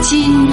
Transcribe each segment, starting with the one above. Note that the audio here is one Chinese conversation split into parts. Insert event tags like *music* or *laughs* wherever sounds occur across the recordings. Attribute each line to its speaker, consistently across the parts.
Speaker 1: 金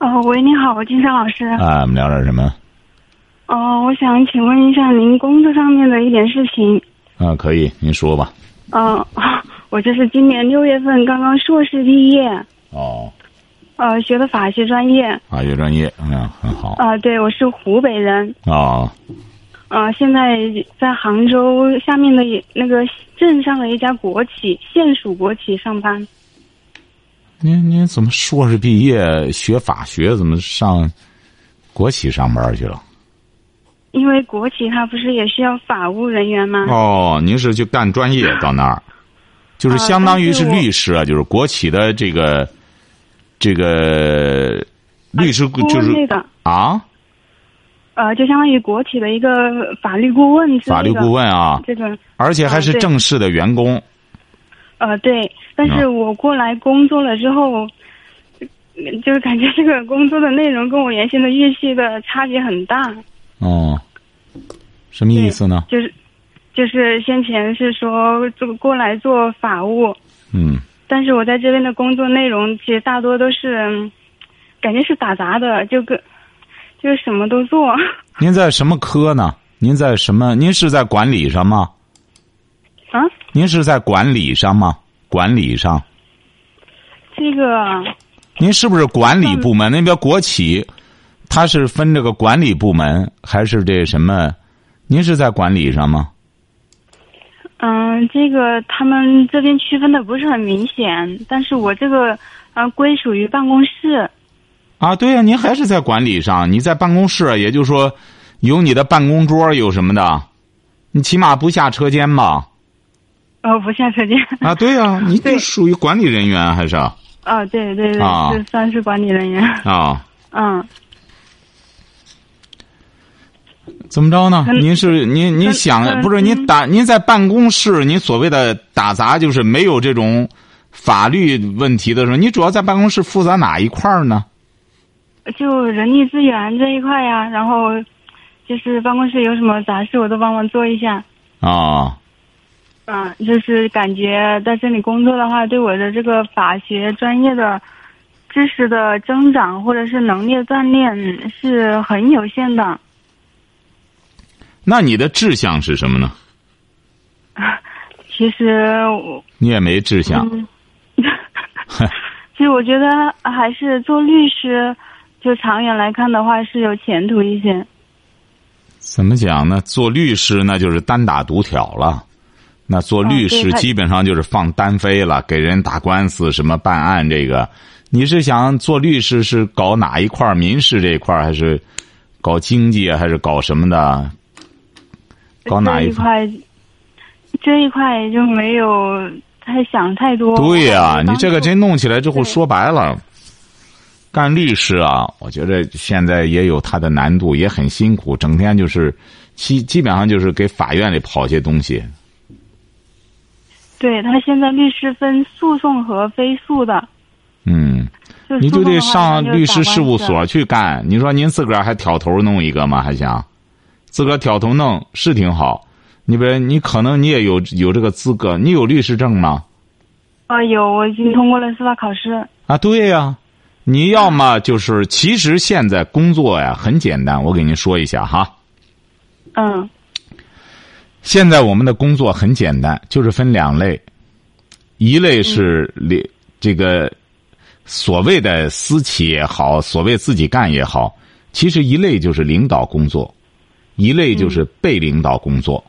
Speaker 2: 哦，喂，你好，金山老师。
Speaker 3: 啊，我们聊点什么？
Speaker 2: 哦，我想请问一下您工作上面的一点事情。
Speaker 3: 啊，可以，您说吧。
Speaker 2: 嗯、 *laughs* 我就是今年六月份刚刚硕士毕业，
Speaker 3: 哦，
Speaker 2: 呃，学的法学专业。
Speaker 3: 法学哦专业，嗯，很好。
Speaker 2: 啊、对，我是湖北人。
Speaker 3: 哦，
Speaker 2: 呃，现在在杭州下面的一那个镇上的一家国企，县属国企上班。
Speaker 3: 您您怎么硕士毕业学法学，怎么上国企上班去了？
Speaker 2: 因为国企它不是也需要法务人员吗？
Speaker 3: 哦，您是去干专业到那儿，就是
Speaker 2: 啊
Speaker 3: 相当于是
Speaker 2: 但是我
Speaker 3: 律师啊，就是国企的这个这个律师
Speaker 2: 呃顾
Speaker 3: 就
Speaker 2: 问类
Speaker 3: 是
Speaker 2: 的，
Speaker 3: 啊，
Speaker 2: 呃，就相当于国企的一个法律顾问之类的。
Speaker 3: 法律顾问啊，
Speaker 2: 这个。
Speaker 3: 而且还
Speaker 2: 啊
Speaker 3: 是
Speaker 2: 对
Speaker 3: 正式的员工。
Speaker 2: 呃，对，但是我过来工作了之后，嗯就是感觉这个工作的内容跟我原先的预期的差别很大，
Speaker 3: 哦，什么意思呢？
Speaker 2: 就是就是先前是说做过来做法务，
Speaker 3: 嗯，
Speaker 2: 但是我在这边的工作内容其实大多都是嗯感觉是打杂的，就跟就是什么都做， *laughs*
Speaker 3: 您在什么科呢？您在什么？您是在管理上吗？
Speaker 2: 啊，
Speaker 3: 您是在管理上吗？管理上。
Speaker 2: 这个
Speaker 3: 您是不是管理部门？那边国企，它是分这个管理部门还是这什么？您是在管理上吗？
Speaker 2: 嗯、这个他们这边区分的不是很明显，但是我这个呃归属于办公室。
Speaker 3: 啊，对呀、您还是在管理上。你在办公室，啊也就是说，有你的办公桌，有什么的，你起码不下车间吧？
Speaker 2: 哦，不下车间。
Speaker 3: 啊，对呀、 *laughs* 你就
Speaker 2: 对
Speaker 3: 属于管理人员还是啊？
Speaker 2: 哦，对对对，
Speaker 3: 啊
Speaker 2: 就算是管理人员。嗯，
Speaker 3: 怎么着呢？
Speaker 2: 嗯
Speaker 3: 您是您您
Speaker 2: 嗯
Speaker 3: 想
Speaker 2: 嗯
Speaker 3: 不是您
Speaker 2: 嗯
Speaker 3: 打您在办公室，您所谓的打杂就是没有这种法律问题的时候，你主要在办公室负责哪一块儿呢？
Speaker 2: 就人力资源这一块呀、然后就是办公室有什么杂事，我都帮忙做一下。
Speaker 3: 啊、
Speaker 2: 嗯，就是感觉在这里工作的话，对我的这个法学专业的知识的增长或者是能力的锻炼是很有限的。
Speaker 3: 那你的志向是什么呢？
Speaker 2: 其实我，
Speaker 3: 你也没志向，
Speaker 2: 嗯， *laughs* 其实我觉得还是做律师，就长远来看的话是有前途一些。
Speaker 3: 怎么讲呢？做律师那就是单打独挑了，那做
Speaker 2: 嗯
Speaker 3: 律
Speaker 2: 对
Speaker 3: 师
Speaker 2: 他
Speaker 3: 基本上就是放单飞了，给人打官司什么办案这个。你是想做律师是搞哪一块儿？民事这一块儿还是搞经济啊还是搞什么的？搞哪
Speaker 2: 这
Speaker 3: 一
Speaker 2: 一
Speaker 3: 块？
Speaker 2: 块？这一块就没有太想太
Speaker 3: *laughs*
Speaker 2: 多。
Speaker 3: 对呀、
Speaker 2: 我感觉
Speaker 3: 你这个
Speaker 2: 当初
Speaker 3: 真弄起来之后，
Speaker 2: 对
Speaker 3: 说白了，干律师啊，我觉得现在也有它的难度，也很辛苦，整天就是基基本上就是给法院里跑些东西。
Speaker 2: 对他现在律师分诉讼和非诉的，
Speaker 3: 嗯，
Speaker 2: 就
Speaker 3: 你
Speaker 2: 诉
Speaker 3: 就
Speaker 2: 讼
Speaker 3: 得
Speaker 2: 的话
Speaker 3: 上律师事务。
Speaker 2: 那就打
Speaker 3: 所
Speaker 2: 官司
Speaker 3: 去干。你说您自个儿还挑头弄一个吗？还想自个儿挑头弄是挺好。你比如你可能你也有有这个资格，你有律师证吗？
Speaker 2: 啊，有我已经通过了司法考试。
Speaker 3: 啊，对呀、你要么就是，其实现在工作呀很简单，我给您说一下哈。
Speaker 2: 嗯
Speaker 3: 现在我们的工作很简单，就是分两类，一类是里、这个所谓的私企也好，所谓自己干也好，其实一类就是领导工作，一类就是被领导工作。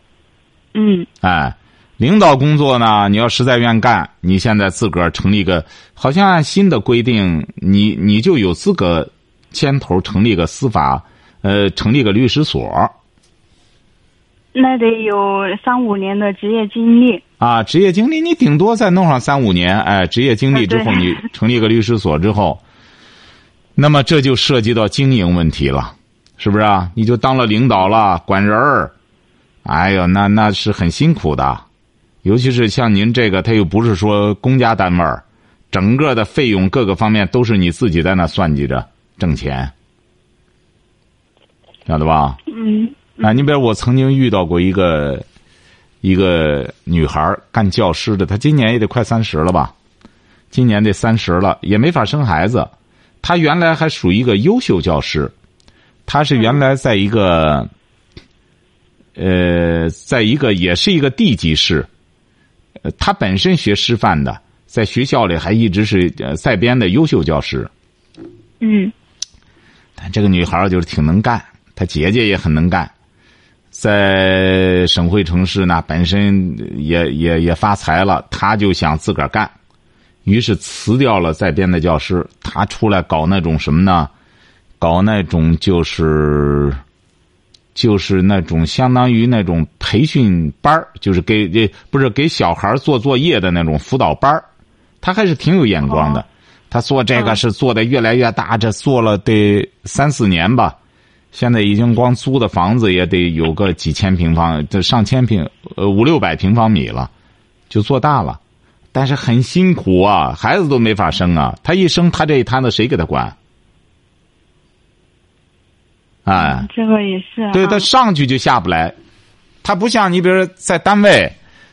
Speaker 2: 嗯
Speaker 3: 哎，领导工作呢，你要实在愿干，你现在自个儿成立个，好像按新的规定，你你就有资格牵头成立个司法，呃，成立个律师所。
Speaker 2: 那得有三五年的职业经历。
Speaker 3: 啊，职业经历你顶多再弄上三五年，哎，职业经历之后
Speaker 2: 啊对
Speaker 3: 你成立一个律师所之后，那么这就涉及到经营问题了。是不是啊？你就当了领导了，管人儿，哎呦，那那是很辛苦的，尤其是像您这个，他又不是说公家单位儿，整个的费用各个方面都是你自己在那算计着挣钱，晓得吧？
Speaker 2: 嗯
Speaker 3: 啊，你比如我曾经遇到过一个，一个女孩儿干教师的，她今年也得快三十了吧，今年得三十了，也没法生孩子。她原来还属于一个优秀教师，她是原来在一个，呃，在一个也是一个地级市，呃她本身学师范的，在学校里还一直是呃在编的优秀教师。
Speaker 2: 嗯
Speaker 3: 但这个女孩儿就是挺能干，她姐姐也很能干，在省会城市呢，本身也也也发财了，她就想自个儿干，于是辞掉了在编的教师，她出来搞那种什么呢？搞那种就是，就是那种相当于那种培训班儿就是给这不是给小孩儿做作业的那种辅导班儿她还是挺有眼光的。他做这个是做的越来越大，这做了得三四年吧，现在已经光租的房子也得有个几千平方，这上千平，呃五六百平方米了，就做大了，但是很辛苦啊，孩子都没法生啊，他一生他这一摊子谁给他管？哎，
Speaker 2: 这个也是、啊。
Speaker 3: 对他上去就下不来，他不像你，比如说在单位，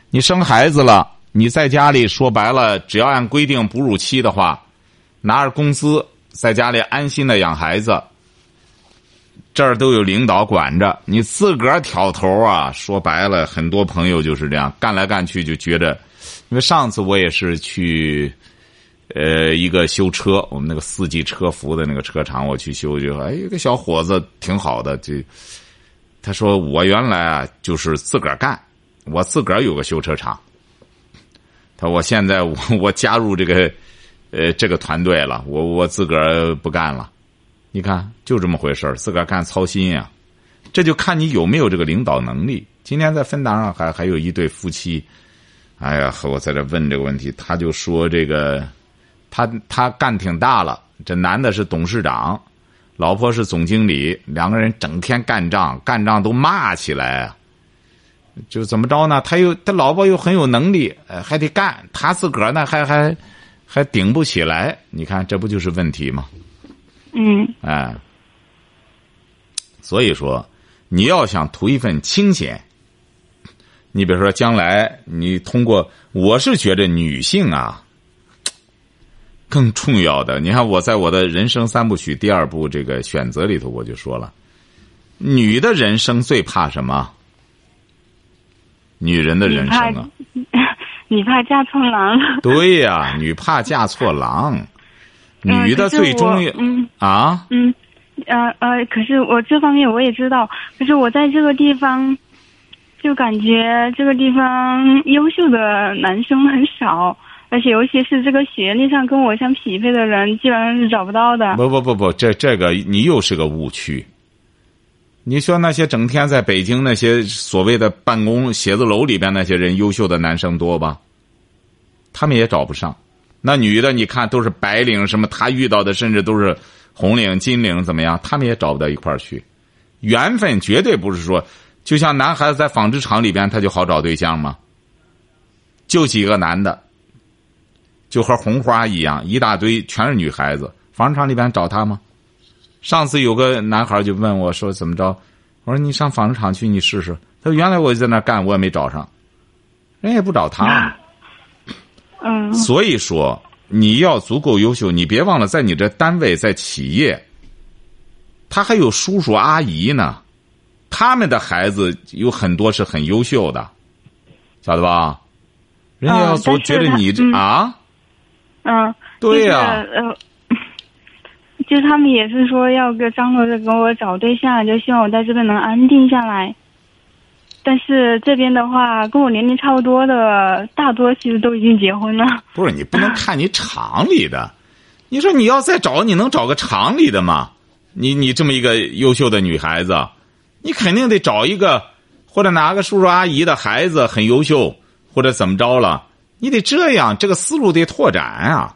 Speaker 3: 你生孩子了，你在家里说白了，只要按规定哺乳期的话，拿着工资在家里安心的养孩子，这儿都有领导管着，你自个儿挑头啊，说白了，很多朋友就是这样干来干去就觉着，因为上次我也是去。呃，一个修车，我们那个四级车服的那个车厂，我去修就，哎，有个小伙子挺好的，就他说我原来啊就是自个儿干，我自个儿有个修车厂。他说我现在我我加入这个呃这个团队了，我我自个儿不干了。你看，就这么回事儿自个儿干操心呀、这就看你有没有这个领导能力。今天在分堂上还还有一对夫妻，哎呀，我在这问这个问题，他就说这个。他他干挺大了，这男的是董事长，老婆是总经理，两个人整天干仗，干仗都骂起来啊。就怎么着呢？他又他老婆又很有能力，呃还得干，他自个儿呢还还还顶不起来。你看这不就是问题吗？
Speaker 2: 嗯
Speaker 3: 哎，所以说，你要想图一份清闲，你比如说将来你通过，我是觉得女性啊，更重要的。你看我在我的人生三部曲第二部这个选择里头，我就说了，女的人生最怕什么？女人的人生啊，
Speaker 2: 你怕嫁错郎了。
Speaker 3: 对呀、女怕嫁错郎， *laughs* 女的
Speaker 2: 嗯可是
Speaker 3: 最
Speaker 2: 我
Speaker 3: 重要、
Speaker 2: 嗯。
Speaker 3: 啊。
Speaker 2: 嗯，呃呃，可是我这方面我也知道，可是我在这个地方，就感觉这个地方优秀的男生很少，而且尤其是这个学历上跟我相匹配的人，基本上是找不到的。
Speaker 3: 不不不不，这这个你又是个误区。你说那些整天在北京那些所谓的办公写字楼里边那些人，优秀的男生多吧？他们也找不上。那女的，你看都是白领，什么他遇到的甚至都是红领、金领，怎么样？他们也找不到一块儿去。缘分绝对不是说，就像男孩子在纺织厂里边，他就好找对象吗？就几个男的，就和红花一样，一大堆全是女孩子。纺织厂里边找他吗？上次有个男孩就问我说怎么着，我说你上纺织厂去你试试。他说原来我就在那儿干，我也没找上，人也不找他。
Speaker 2: 嗯
Speaker 3: 所以说你要足够优秀，你别忘了在你这单位在企业，他还有叔叔阿姨呢，他们的孩子有很多是很优秀的，晓得吧？人家
Speaker 2: 啊
Speaker 3: 要总
Speaker 2: 但是
Speaker 3: 觉得
Speaker 2: 他
Speaker 3: 你这、
Speaker 2: 嗯
Speaker 3: 啊，
Speaker 2: 嗯，
Speaker 3: 对呀、
Speaker 2: 就是呃。就是他们也是说要个张罗着给我找对象，就希望我在这边能安定下来。但是这边的话，跟我年龄差不多的，大多其实都已经结婚了。
Speaker 3: 不是你不能看你厂里的，你说你要再找，你能找个厂里的吗？你你这么一个优秀的女孩子，你肯定得找一个或者哪个叔叔阿姨的孩子很优秀，或者怎么着了，你得这样，这个思路得拓展啊。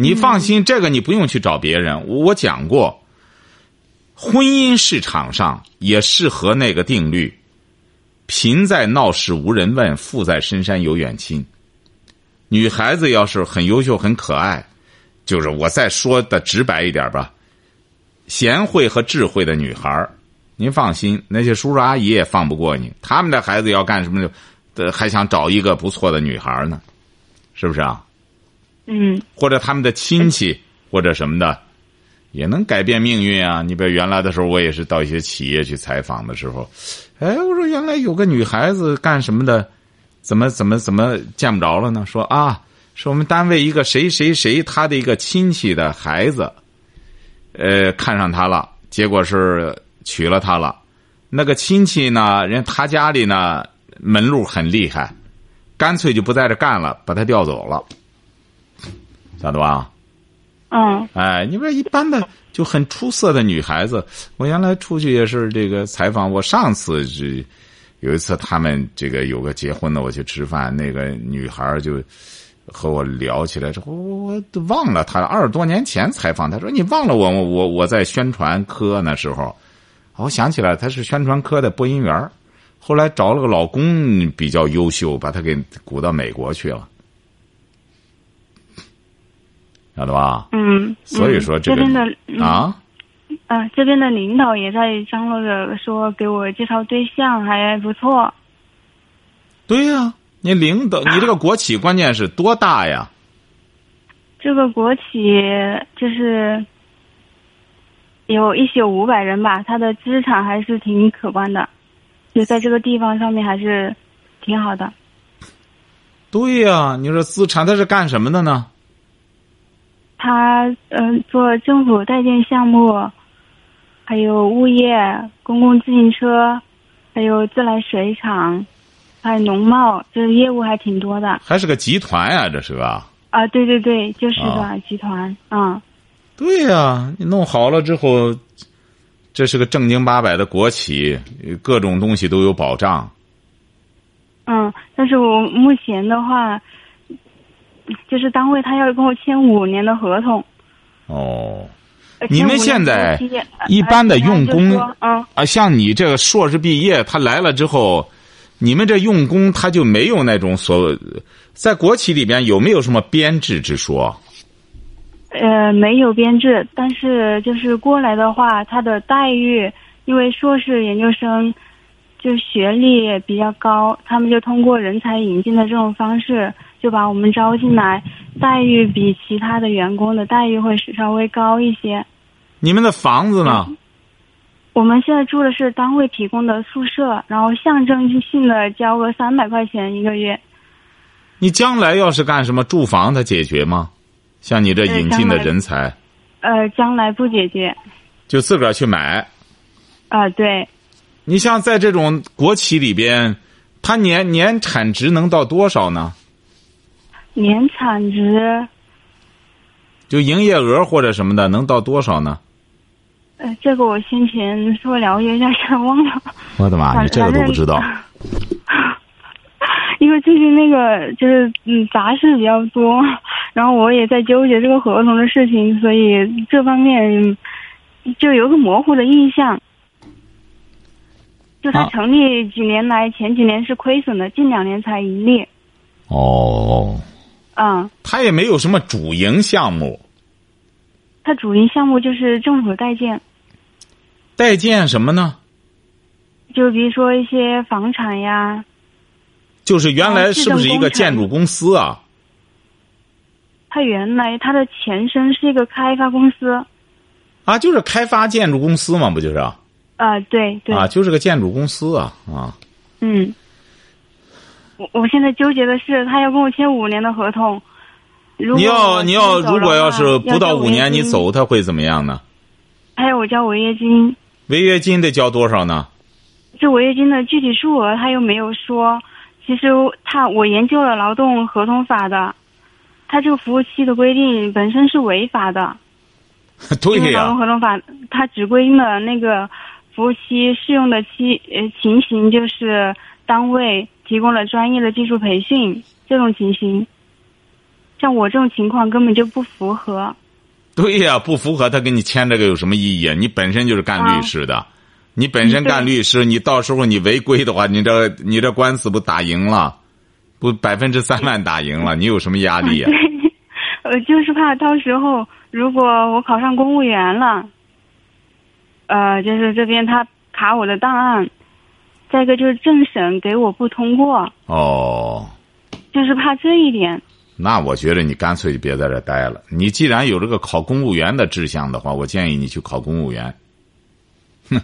Speaker 3: 你放心，这个你不用去找别人，我我讲过，婚姻市场上也适合那个定律：贫在闹市无人问，富在深山有远亲。女孩子要是很优秀、很可爱，就是我再说的直白一点吧，贤惠和智慧的女孩您放心，那些叔叔阿姨也放不过你。他们的孩子要干什么就，呃，还想找一个不错的女孩呢，是不是啊？
Speaker 2: 嗯
Speaker 3: 或者他们的亲戚或者什么的，也能改变命运啊！你比如原来的时候，我也是到一些企业去采访的时候，哎，我说原来有个女孩子干什么的，怎么怎么怎么见不着了呢？说啊，是我们单位一个谁谁谁他的一个亲戚的孩子，呃，看上他了，结果是娶了她了。那个亲戚呢，人他家里呢门路很厉害，干脆就不在这干了，把他调走了，晓得吧？
Speaker 2: 嗯
Speaker 3: 哎，你说一般的就很出色的女孩子，我原来出去也是这个采访，我上次是有一次他们这个有个结婚的，我去吃饭，那个女孩儿就和我聊起来，说我我我都忘了她二十多年前采访，她说你忘了我我我我在宣传科那时候，啊我想起来她是宣传科的播音员儿，后来找了个老公比较优秀，把她给鼓到美国去了，晓得吧？
Speaker 2: 嗯。
Speaker 3: 所以说这个
Speaker 2: 嗯、这边的嗯
Speaker 3: 啊，
Speaker 2: 啊、这边的领导也在张罗着说给我介绍对象，还不错。
Speaker 3: 对呀、你领导，你这个国企关键是多大呀？
Speaker 2: 这个国企就是有一宿五百人吧，它的资产还是挺可观的，就在这个地方上面还是挺好的。
Speaker 3: 对呀、你说资产它是干什么的呢？
Speaker 2: 他嗯、呃做政府代建项目，还有物业、公共自行车，还有自来水厂，还有农贸，这业务还挺多的
Speaker 3: 还是个集团呀、这是个。
Speaker 2: 啊。对对对，就是的、
Speaker 3: 啊
Speaker 2: 集团啊、
Speaker 3: 对呀、你弄好了之后，这是个正经八百的国企，呃各种东西都有保障。
Speaker 2: 嗯嗯。但是我目前的话，就是单位他要跟我签五年的合同。
Speaker 3: 哦，
Speaker 2: 呃
Speaker 3: 你们
Speaker 2: 签五
Speaker 3: 现
Speaker 2: 年
Speaker 3: 在
Speaker 2: 的期间呃
Speaker 3: 一般的
Speaker 2: 呃
Speaker 3: 用工
Speaker 2: 就说嗯
Speaker 3: 啊，像你这个硕士毕业，他来了之后，你们这用工他就没有那种所，在国企里边有没有什么编制之说？
Speaker 2: 呃，没有编制，但是就是过来的话，他的待遇，因为硕士研究生就学历也比较高，他们就通过人才引进的这种方式，就把我们招进来，待遇比其他的员工的待遇会是稍微高一些。
Speaker 3: 你们的房子呢？
Speaker 2: 我们现在住的是单位提供的宿舍，然后象征性的交个三百块钱一个月，
Speaker 3: 你将来要是干什么住房，它解决吗？像你这引进的人才，
Speaker 2: 呃，将来不解决，
Speaker 3: 就自个儿去买。
Speaker 2: 啊、对，
Speaker 3: 你像在这种国企里边，它年年产值能到多少呢？
Speaker 2: 年产值
Speaker 3: 就营业额或者什么的，能到多少呢？
Speaker 2: 呃，这个我先前说了解一下， *laughs* 全忘了，
Speaker 3: 我的妈！
Speaker 2: 反
Speaker 3: 你这个都不知道，
Speaker 2: 因为最近那个就是嗯杂事比较多， *laughs* 然后我也在纠结这个合同的事情，所以这方面嗯就有个模糊的印象。就它
Speaker 3: 啊
Speaker 2: 成立几年来，前几年是亏损的，近两年才盈利。
Speaker 3: 哦，
Speaker 2: 嗯，
Speaker 3: 它也没有什么主营项目，
Speaker 2: 它主营项目就是政府代建，
Speaker 3: 代建什么呢？
Speaker 2: 就比如说一些房产呀，
Speaker 3: 就是原来
Speaker 2: 啊
Speaker 3: 是不是一个
Speaker 2: 制造工
Speaker 3: 建
Speaker 2: 程
Speaker 3: 筑公司啊？
Speaker 2: 它原来它的前身是一个开发公司。
Speaker 3: 啊，就是开发建筑公司嘛，不就是啊？
Speaker 2: 啊，对对，
Speaker 3: 啊就是个建筑公司啊啊！
Speaker 2: 嗯，我我现在纠结的是，他要跟我签五年的合同。如果
Speaker 3: 你要
Speaker 2: 我
Speaker 3: 你要
Speaker 2: 先走
Speaker 3: 如果
Speaker 2: 的
Speaker 3: 要
Speaker 2: 话
Speaker 3: 是不到
Speaker 2: 交
Speaker 3: 五
Speaker 2: 违约
Speaker 3: 年你
Speaker 2: 金，
Speaker 3: 走，他会怎么样呢？
Speaker 2: 还有我交违约金，
Speaker 3: 违约金得交多少呢？ *laughs*
Speaker 2: 这违约金的具体数额他又没有说。其实他我研究了劳动合同法的，他这个服务期的规定本身是违法的，因
Speaker 3: 对
Speaker 2: 为劳
Speaker 3: 呀、
Speaker 2: 动合同法它只规定了那个服务期适用的期呃情形，就是单位提供了专业的技术培训这种情形。像我这种情况根本就不符合，
Speaker 3: 对呀、不符合他跟你签这个有什么意义啊？你本身就是干律师的，你本身干律师，你到时候你违规的话，你这你这官司不打赢了，不百分之三万打赢了，你有什么压
Speaker 2: 啊
Speaker 3: 力呀、
Speaker 2: 我呃就是怕到时候如果我考上公务员了，呃，就是这边他卡我的档案，再一个就是政审给我不通过，
Speaker 3: 哦，
Speaker 2: 就是怕这一点。
Speaker 3: 那我觉得你干脆就别在这儿待了。你既然有这个考公务员的志向的话，我建议你去考公务员。哼，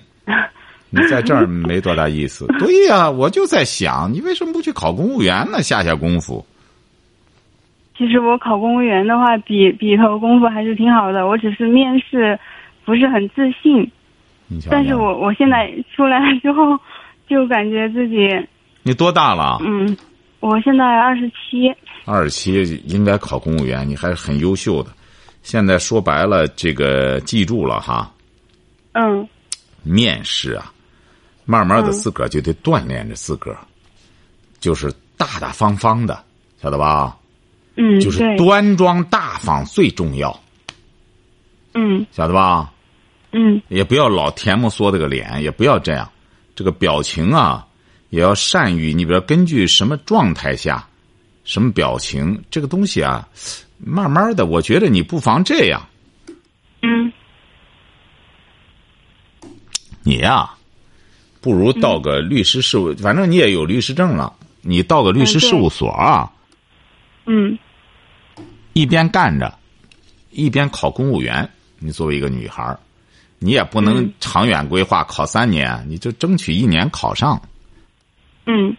Speaker 3: 你在这儿没多大意
Speaker 2: *laughs*
Speaker 3: 思。对呀、我就在想，你为什么不去考公务员呢？下下功夫。
Speaker 2: 其实我考公务员的话，比笔头功夫还是挺好的，我只是面试不是很自信，
Speaker 3: 你瞧瞧
Speaker 2: 但是我我现在出来了之后， *laughs* 就感觉自己，
Speaker 3: 你多大了？
Speaker 2: 嗯，我现在二十七，
Speaker 3: 二十七应该考公务员，你还是很优秀的。现在说白了，这个记住了哈，
Speaker 2: 嗯
Speaker 3: 面试啊，慢慢的自个儿就得锻炼着自个儿，就是大大方方的，晓得吧？
Speaker 2: 嗯，
Speaker 3: 就是
Speaker 2: 对，
Speaker 3: 端庄大方最重要，
Speaker 2: 嗯
Speaker 3: 晓得吧？
Speaker 2: 嗯
Speaker 3: 也不要老甜木缩这个脸，也不要这样，这个表情啊，也要善于你比如说根据什么状态下，什么表情，这个东西啊，慢慢的，我觉得你不妨这样，
Speaker 2: 嗯
Speaker 3: 你呀、不如到个律师事务，反正你也有律师证了，你到个律师
Speaker 2: 嗯对
Speaker 3: 事务所啊，
Speaker 2: 嗯
Speaker 3: 一边干着，一边考公务员。你作为一个女孩儿你也不能
Speaker 2: 嗯
Speaker 3: 长远规划考三年，你就争取一年考上。
Speaker 2: 嗯。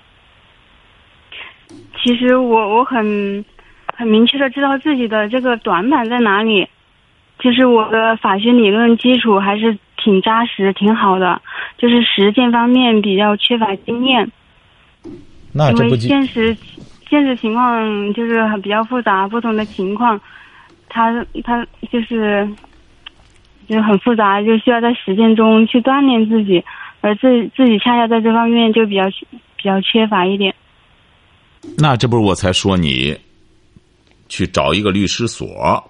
Speaker 2: 其实我我很很明确的知道自己的这个短板在哪里，就是我的法学理论基础还是挺扎实、挺好的，就是实践方面比较缺乏经验。
Speaker 3: 那
Speaker 2: 因为现实现实情况就是很比较复杂，不同的情况，它它就是就是很复杂，就需要在实践中去锻炼自己，而自自己恰恰在这方面就比较比较缺乏一点。
Speaker 3: 那这不是我才说你去找一个律师所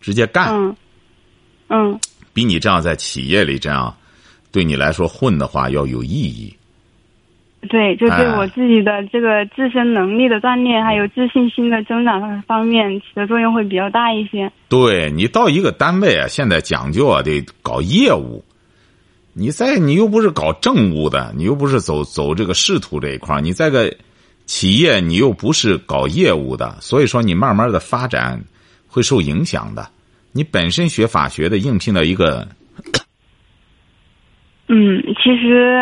Speaker 3: 直接干，
Speaker 2: 嗯嗯
Speaker 3: 比你这样在企业里这样对你来说混的话要有意义。
Speaker 2: 对，就对
Speaker 3: 哎
Speaker 2: 我自己的这个自身能力的锻炼，还有自信心的增长方方面起的作用会比较大一些。
Speaker 3: 对你到一个单位啊，现在讲究啊，得搞业务。你在你又不是搞政务的，你又不是走走这个仕途这一块儿你在个企业，你又不是搞业务的，所以说你慢慢的发展会受影响的。你本身学法学的，应聘到一个
Speaker 2: 嗯，其实，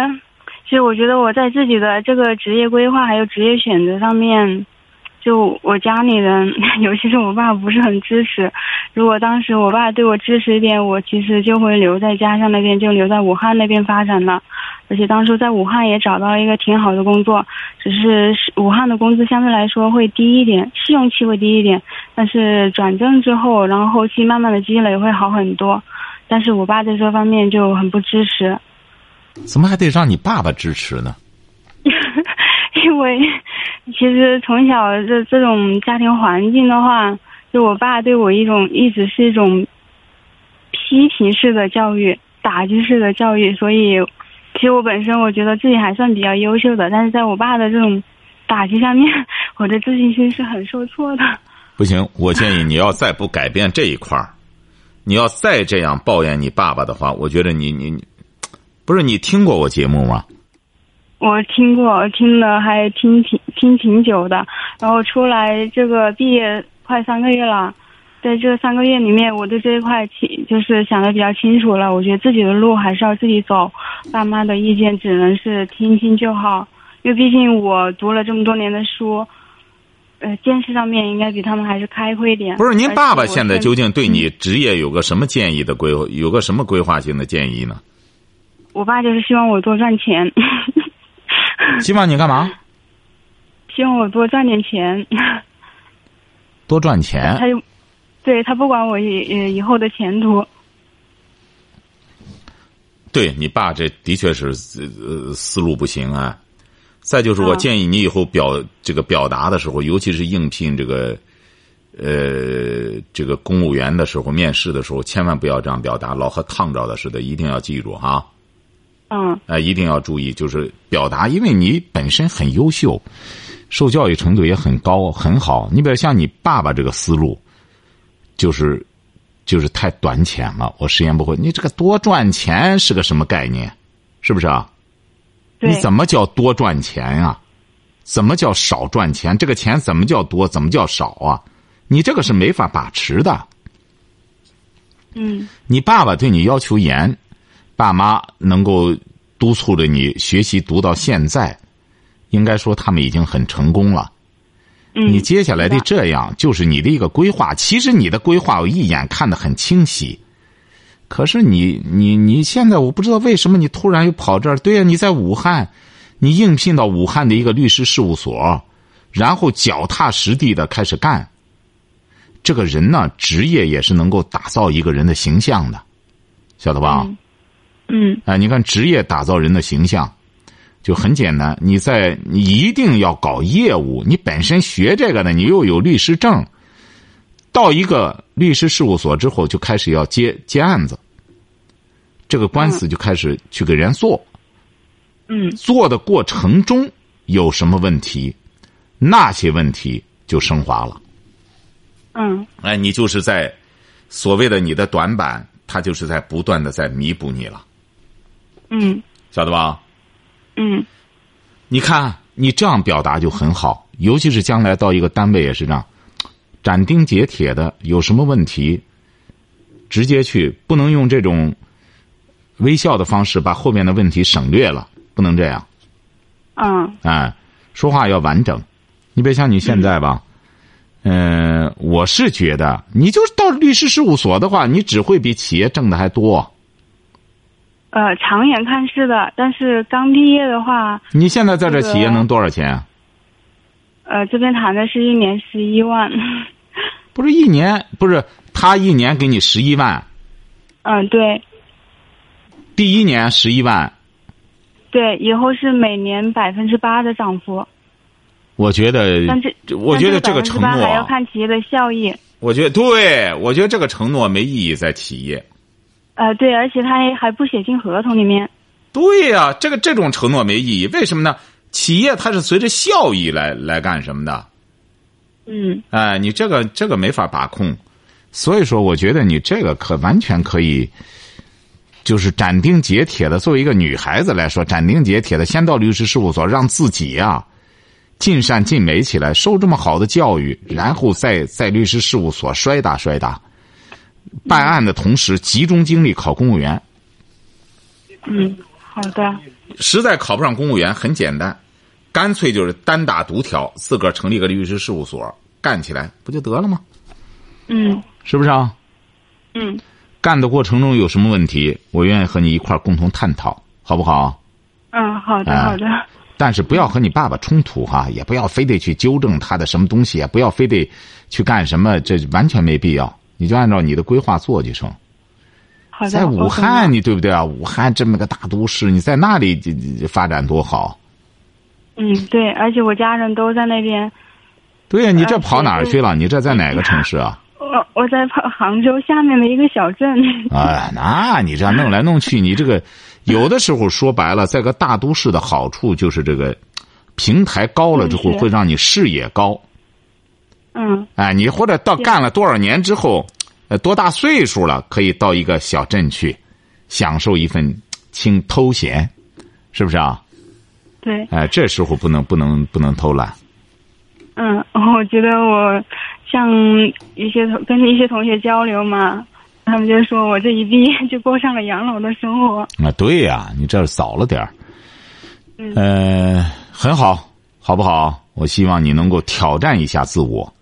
Speaker 2: 其实我觉得我在自己的这个职业规划还有职业选择上面，就我家里人， *laughs* 尤其是我爸不是很支持。如果当时我爸对我支持一点，我其实就会留在家乡那边，就留在武汉那边发展了。而且当初在武汉也找到了一个挺好的工作，只是是武汉的工资相对来说会低一点，试用期会低一点，但是转正之后，然后后期慢慢的积累会好很多。但是我爸在这方面就很不支持，
Speaker 3: 怎么还得让你爸爸支持呢？
Speaker 2: *laughs* 因为其实从小这这种家庭环境的话，就我爸对我一种一直是一种批评式的教育、打击式的教育，所以其实我本身我觉得自己还算比较优秀的，但是在我爸的这种打击下面， *laughs* 我的自信心是很受挫的。
Speaker 3: 不行，我建议你要再不改变这一块儿，你要再这样抱怨你爸爸的话，我觉得你你你，不是你听过我节目吗？
Speaker 2: 我听过，听了还听挺听挺久的，然后出来这个毕业快三个月了，在这三个月里面，我对这一块清就是想的比较清楚了。我觉得自己的路还是要自己走，爸妈的意见只能是听听就好，因为毕竟我读了这么多年的书，呃，见识上面应该比他们还是开阔一点。
Speaker 3: *laughs* 不是您爸爸
Speaker 2: 而且我
Speaker 3: 现在究竟对
Speaker 2: 嗯
Speaker 3: 你职业有个什么建议的规，有个什么规划性的建议呢？
Speaker 2: 我爸就是希望我多赚钱，
Speaker 3: *laughs* 希望你干嘛？
Speaker 2: 希望我多赚点钱。
Speaker 3: 多赚钱。
Speaker 2: 他就对他不管我以呃以后的前途，
Speaker 3: *laughs* 对你爸这的确是呃思路不行啊。再就是我
Speaker 2: 嗯
Speaker 3: 建议你以后表这个表达的时候，尤其是应聘这个呃，这个公务员的时候，面试的时候，千万不要这样表达，老和烫着的似的，一定要记住啊哈。
Speaker 2: 嗯
Speaker 3: 哎、一定要注意，就是表达，因为你本身很优秀，受教育程度也很高，很好。你比如像你爸爸这个思路，就是就是太短浅了，我实验不会。你这个多赚钱是个什么概念？是不是啊？
Speaker 2: 对
Speaker 3: 你怎么叫多赚钱啊？怎么叫少赚钱？这个钱怎么叫多？怎么叫少啊？你这个是没法把持的。
Speaker 2: 嗯
Speaker 3: 你爸爸对你要求严，爸妈能够督促着你学习读到现在，应该说他们已经很成功了。
Speaker 2: 嗯，
Speaker 3: 你接下来的
Speaker 2: 是
Speaker 3: 这样就是你的一个规划。其实你的规划我一眼看得很清晰，可是你你你现在我不知道为什么你突然又跑这儿。对呀、你在武汉，你应聘到武汉的一个律师事务所，然后脚踏实地的开始干。这个人呢，职业也是能够打造一个人的形象的，晓得吧？
Speaker 2: 嗯
Speaker 3: 哎，你看职业打造人的形象，就很简单。你在你一定要搞业务，你本身学这个的，你又有律师证，到一个律师事务所之后，就开始要接接案子，这个官司就开始去给人做。
Speaker 2: 嗯
Speaker 3: 做的过程中有什么问题，那些问题就升华了。
Speaker 2: 嗯
Speaker 3: 哎，你就是在所谓的你的短板，它就是在不断的在弥补你了，
Speaker 2: 嗯
Speaker 3: 晓得吧？
Speaker 2: 嗯
Speaker 3: 你看，你这样表达就很好，尤其是将来到一个单位也是这样，斩钉截铁的，有什么问题，直接去，不能用这种微笑的方式把后面的问题省略了，不能这样，
Speaker 2: 嗯
Speaker 3: 哎，说话要完整。你别像你现在吧，嗯、我是觉得你就是到律师事务所的话，你只会比企业挣的还多。
Speaker 2: 呃，长远看是的，但是刚毕业的话，
Speaker 3: 你现在在这企业
Speaker 2: 这个
Speaker 3: 能多少钱啊？
Speaker 2: 呃，这边谈的是一年十一万。 *laughs*
Speaker 3: 不是一年，不是他一年给你十一万。
Speaker 2: 嗯，对
Speaker 3: 第一年十一万，
Speaker 2: 对，以后是每年百分之八的涨幅，
Speaker 3: 我觉得
Speaker 2: 但是，
Speaker 3: 嗯我觉得这个承
Speaker 2: 百分之八还要
Speaker 3: 诺，啊
Speaker 2: 看企业的效益。
Speaker 3: 我觉得对，我觉得这个承诺没意义在企业。
Speaker 2: 呃，对，而且他还还不写进合同里面。
Speaker 3: 对呀、这个这种承诺没意义，为什么呢？企业它是随着效益来来干什么的？
Speaker 2: 嗯
Speaker 3: 哎，你这个这个没法把控，所以说，我觉得你这个可完全可以，就是斩钉截铁的。作为一个女孩子来说，斩钉截铁的，先到律师事务所，让自己啊尽善尽美起来，受这么好的教育，然后再在律师事务所摔打摔打，办案的同时集中精力考公务员。
Speaker 2: 嗯，好的。
Speaker 3: 实在考不上公务员，很简单，干脆就是单打独挑，自个儿成立个律师事务所干起来，不就得了吗？
Speaker 2: 嗯
Speaker 3: 是不是啊？
Speaker 2: 嗯
Speaker 3: 干的过程中有什么问题，我愿意和你一块儿共同探讨，好不好？
Speaker 2: 嗯，好的
Speaker 3: 哎
Speaker 2: 好的。
Speaker 3: 但是不要和你爸爸冲突哈、也不要非得去纠正他的什么东西，也不要非得去干什么，这完全没必要。你就按照你的规划做就成。
Speaker 2: 好的，
Speaker 3: 在
Speaker 2: 我
Speaker 3: 武
Speaker 2: 懂
Speaker 3: 汉，
Speaker 2: 了，
Speaker 3: 你对不对啊？武汉这么个大都市，你在那里这这发展多好。
Speaker 2: 嗯，对，而且我家人都在那边，
Speaker 3: 对呀、你这
Speaker 2: 呃
Speaker 3: 跑哪儿
Speaker 2: 对
Speaker 3: 去了？你这在哪个城市啊？
Speaker 2: 我我在杭州下面的一个小镇，
Speaker 3: 哎，那你这样弄来弄去，你这个有的时候说白了，在个大都市的好处就是这个平台高了之后，
Speaker 2: 嗯是
Speaker 3: 会让你视野高。
Speaker 2: 嗯
Speaker 3: 哎，你或者到干了多少年之后，呃，多大岁数了，可以到一个小镇去，享受一份清偷闲，是不是啊？
Speaker 2: 对，
Speaker 3: 哎，这时候不能不能不能偷懒。
Speaker 2: 嗯， *laughs* 我觉得我像一些同跟一些同学交流嘛，他们就说我这一毕业就过上了养老的生活，
Speaker 3: 啊，对呀、你这儿早了点儿。
Speaker 2: 嗯
Speaker 3: 呃，很好，好不好？我希望你能够挑战一下自我。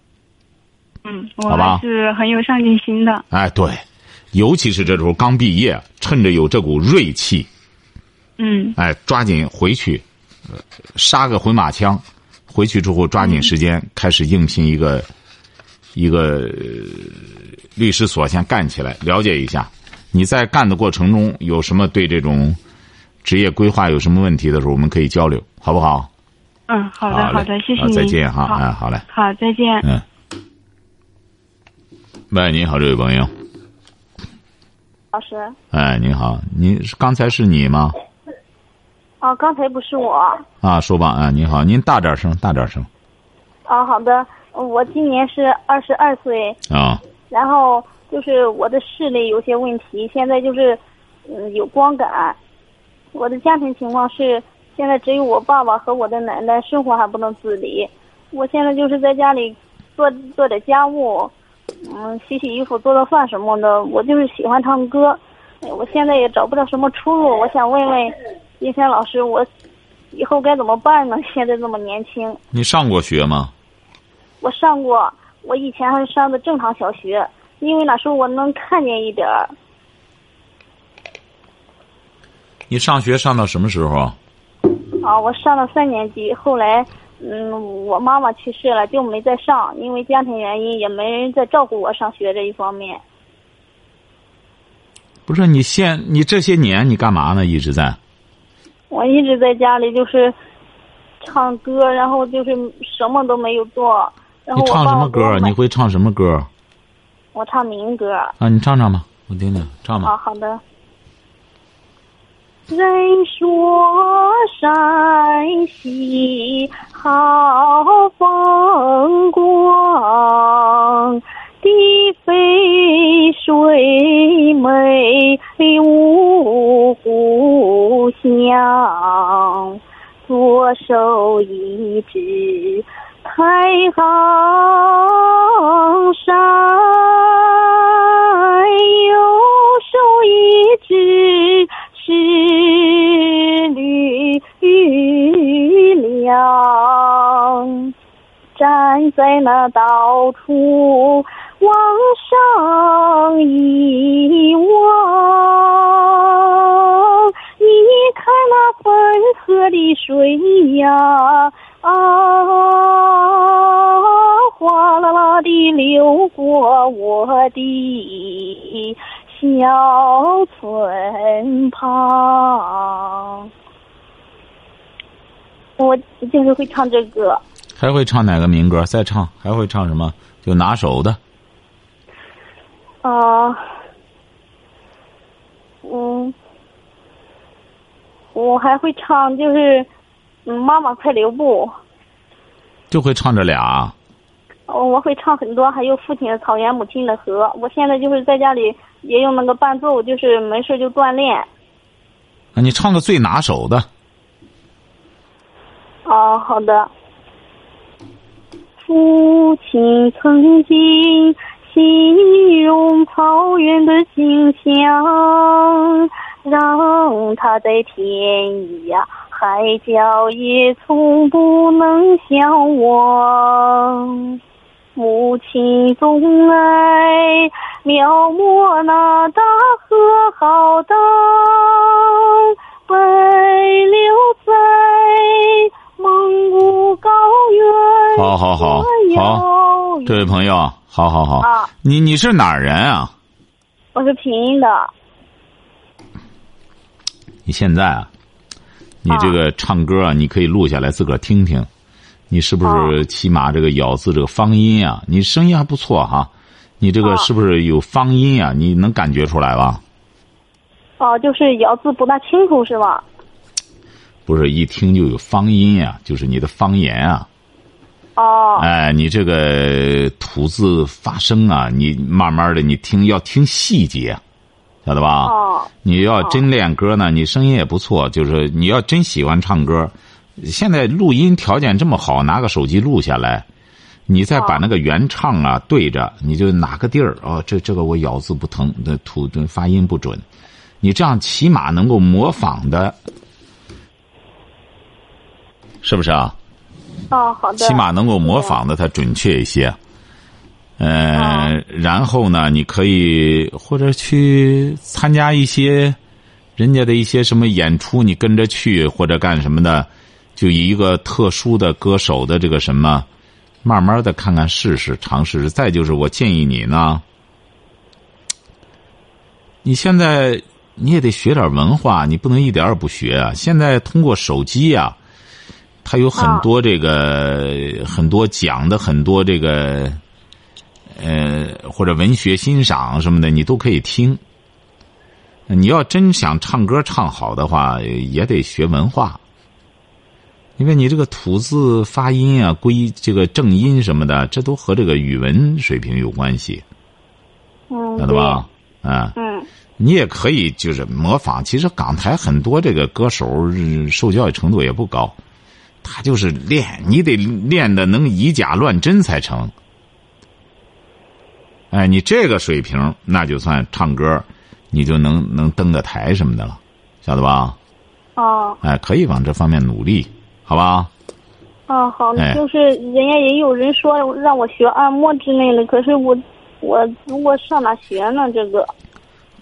Speaker 2: 嗯，
Speaker 3: 好
Speaker 2: 我
Speaker 3: 吧
Speaker 2: 还是很有上进心的，
Speaker 3: 哎，对，尤其是这时候刚毕业，趁着有这股锐气，
Speaker 2: 嗯
Speaker 3: 哎，抓紧回去，呃杀个回马枪，回去之后抓紧时间开始应聘一个一个呃律师所，先干起来，了解一下。你在干的过程中有什么对这种职业规划有什么问题的时候，我们可以交流，好不好？
Speaker 2: 嗯，好的
Speaker 3: 好嘞
Speaker 2: 的，谢谢
Speaker 3: 好
Speaker 2: 你，
Speaker 3: 再见哈，嗯
Speaker 2: 好
Speaker 3: 哎，好嘞，
Speaker 2: 好，再见，
Speaker 3: 嗯。喂，你好，这位朋友。
Speaker 4: 老师，
Speaker 3: 哎，你好，你是刚才是你吗？
Speaker 4: 啊，刚才不是我。
Speaker 3: 啊，说吧，啊，你好，您大点声，大点声。
Speaker 4: 啊，好的，我今年是二十二岁，
Speaker 3: 啊
Speaker 4: 然后就是我的视力有些问题，现在就是嗯有光感。我的家庭情况是，现在只有我爸爸和我的奶奶，生活还不能自理。我现在就是在家里做做点家务，嗯，洗洗衣服、做做饭什么的。我就是喜欢唱歌，哎我现在也找不到什么出路。我想问问金山老师，我以后该怎么办呢？ *laughs* 现在这么年轻，
Speaker 3: 你上过学吗？
Speaker 4: 我上过，我以前还上的正常小学，因为那时候我能看见一点儿。
Speaker 3: 你上学上到什么时候啊？
Speaker 4: 啊，我上了三年级，后来，嗯，我妈妈去世了，就没再上，因为家庭原因也没人再照顾我上学这一方面。
Speaker 3: 不是你现你这些年你干嘛呢？一直在
Speaker 4: 我一直在家里就是唱歌，然后就是什么都没有做。然
Speaker 3: 你
Speaker 4: 后我
Speaker 3: 唱
Speaker 4: 爸
Speaker 3: 什么
Speaker 4: 爸给
Speaker 3: 歌
Speaker 4: 我
Speaker 3: 儿？
Speaker 4: 买
Speaker 3: 你会唱什么歌儿
Speaker 4: 我唱民歌。
Speaker 3: 啊？你唱唱吧，我听听，唱吧。
Speaker 4: 啊，好的。人说山西好风光，地肥水美五谷香。左手一指太行山，右手一指是吕梁。站在那道处往上一望，你看那汾河的水呀，啊，哗啦啦地流过我的小村旁。我就是会唱这歌、
Speaker 3: 还会唱哪个民歌？再唱还会唱什么？就拿手的。
Speaker 4: 啊，嗯，我还会唱，就是嗯，妈妈快留步，
Speaker 3: 就会唱这俩啊。
Speaker 4: 哦我会唱很多，还有父亲的草原，母亲的河。我现在就是在家里也用那个伴奏，就是没事就锻炼。
Speaker 3: 啊你唱个最拿手的，
Speaker 4: 哦，好的。父亲曾经形容草原的景象，让他在天涯海角也从不能相忘。母亲总爱描摹那大河浩荡，奔流在蒙古高原。
Speaker 3: 好好好哦好，这位朋友，好好好，
Speaker 4: 哎啊
Speaker 3: 你你是哪儿人啊？
Speaker 4: 我是平阴的，
Speaker 3: 你现在啊，你这个唱歌啊，你可以录下来自个儿听听，你是不是起码这个咬字这个方音啊？你声音还不错哈、你这个
Speaker 4: 啊
Speaker 3: 是不是有方音啊？你能感觉出来吧？
Speaker 4: 哦、就是咬字不大清楚是吧？
Speaker 3: 不是一听就有方音啊，就是你的方言啊，
Speaker 4: 哦、
Speaker 3: 哎，你这个吐字发声啊，你慢慢的你听要听细节，晓得吧？
Speaker 4: 哦、
Speaker 3: 你要真练歌呢，你声音也不错，就是你要真喜欢唱歌，现在录音条件这么好，拿个手机录下来，你再把那个原唱啊对着，你就哪个地儿哦，这这个我咬字不疼，这吐这发音不准，你这样起码能够模仿的，是不是啊？
Speaker 4: 哦、好的。
Speaker 3: 起码能够模仿的它准确一些。呃，然后呢，你可以或者去参加一些人家的一些什么演出，你跟着去或者干什么的，就以一个特殊的歌手的这个什么，慢慢的看看试试尝试试。再就是，我建议你呢，你现在你也得学点文化，你不能一点儿也不学啊。现在通过手机啊，它有很多这个、很多讲的很多这个呃，或者文学欣赏什么的，你都可以听。你要真想唱歌唱好的话，也得学文化，因为你这个吐字发音啊、归这个正音什么的，这都和这个语文水平有关系，
Speaker 4: 嗯，
Speaker 3: 晓得吧？啊、
Speaker 4: 对？嗯
Speaker 3: 你也可以就是模仿。其实港台很多这个歌手呃受教育程度也不高，他就是练，你得练的能以假乱真才成。哎，你这个水平，那就算唱歌，你就能能登个台什么的了，晓得吧？
Speaker 4: 哦
Speaker 3: 哎，可以往这方面努力，好吧？
Speaker 4: 哦，好，
Speaker 3: 哎
Speaker 4: 就是人家也有人说让我学按摩之类的，可是我我如果上哪学呢？这个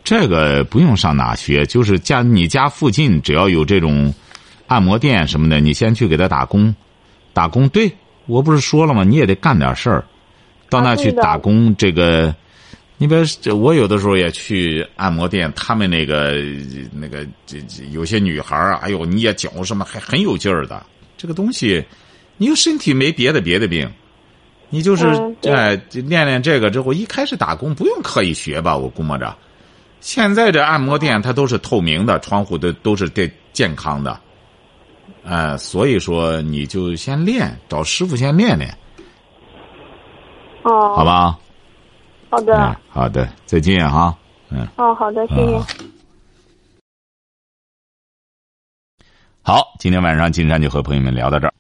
Speaker 3: 这个不用上哪学，就是家你家附近只要有这种按摩店什么的，你先去给他打工，打工。对我不是说了吗？你也得干点事儿，到那
Speaker 4: 啊
Speaker 3: 去
Speaker 4: 对的
Speaker 3: 打工。这个，你别，这我有的时候也去按摩店，他们那个那个这这有些女孩儿啊，哎呦捏脚什么还很有劲儿的。这个东西，你又身体没别的别的病。你就是
Speaker 4: 嗯对
Speaker 3: 哎，练练这个之后，一开始打工不用刻意学吧，我估摸着。现在这按摩店它都是透明的，窗户都都是对健康的，呃，所以说你就先练，找师傅先练练，
Speaker 4: 哦，
Speaker 3: 好，吧？
Speaker 4: 好的，
Speaker 3: 嗯，好的，再见哈。嗯，
Speaker 4: 哦，好的，谢谢。
Speaker 3: 啊好，今天晚上金山就和朋友们聊到这儿。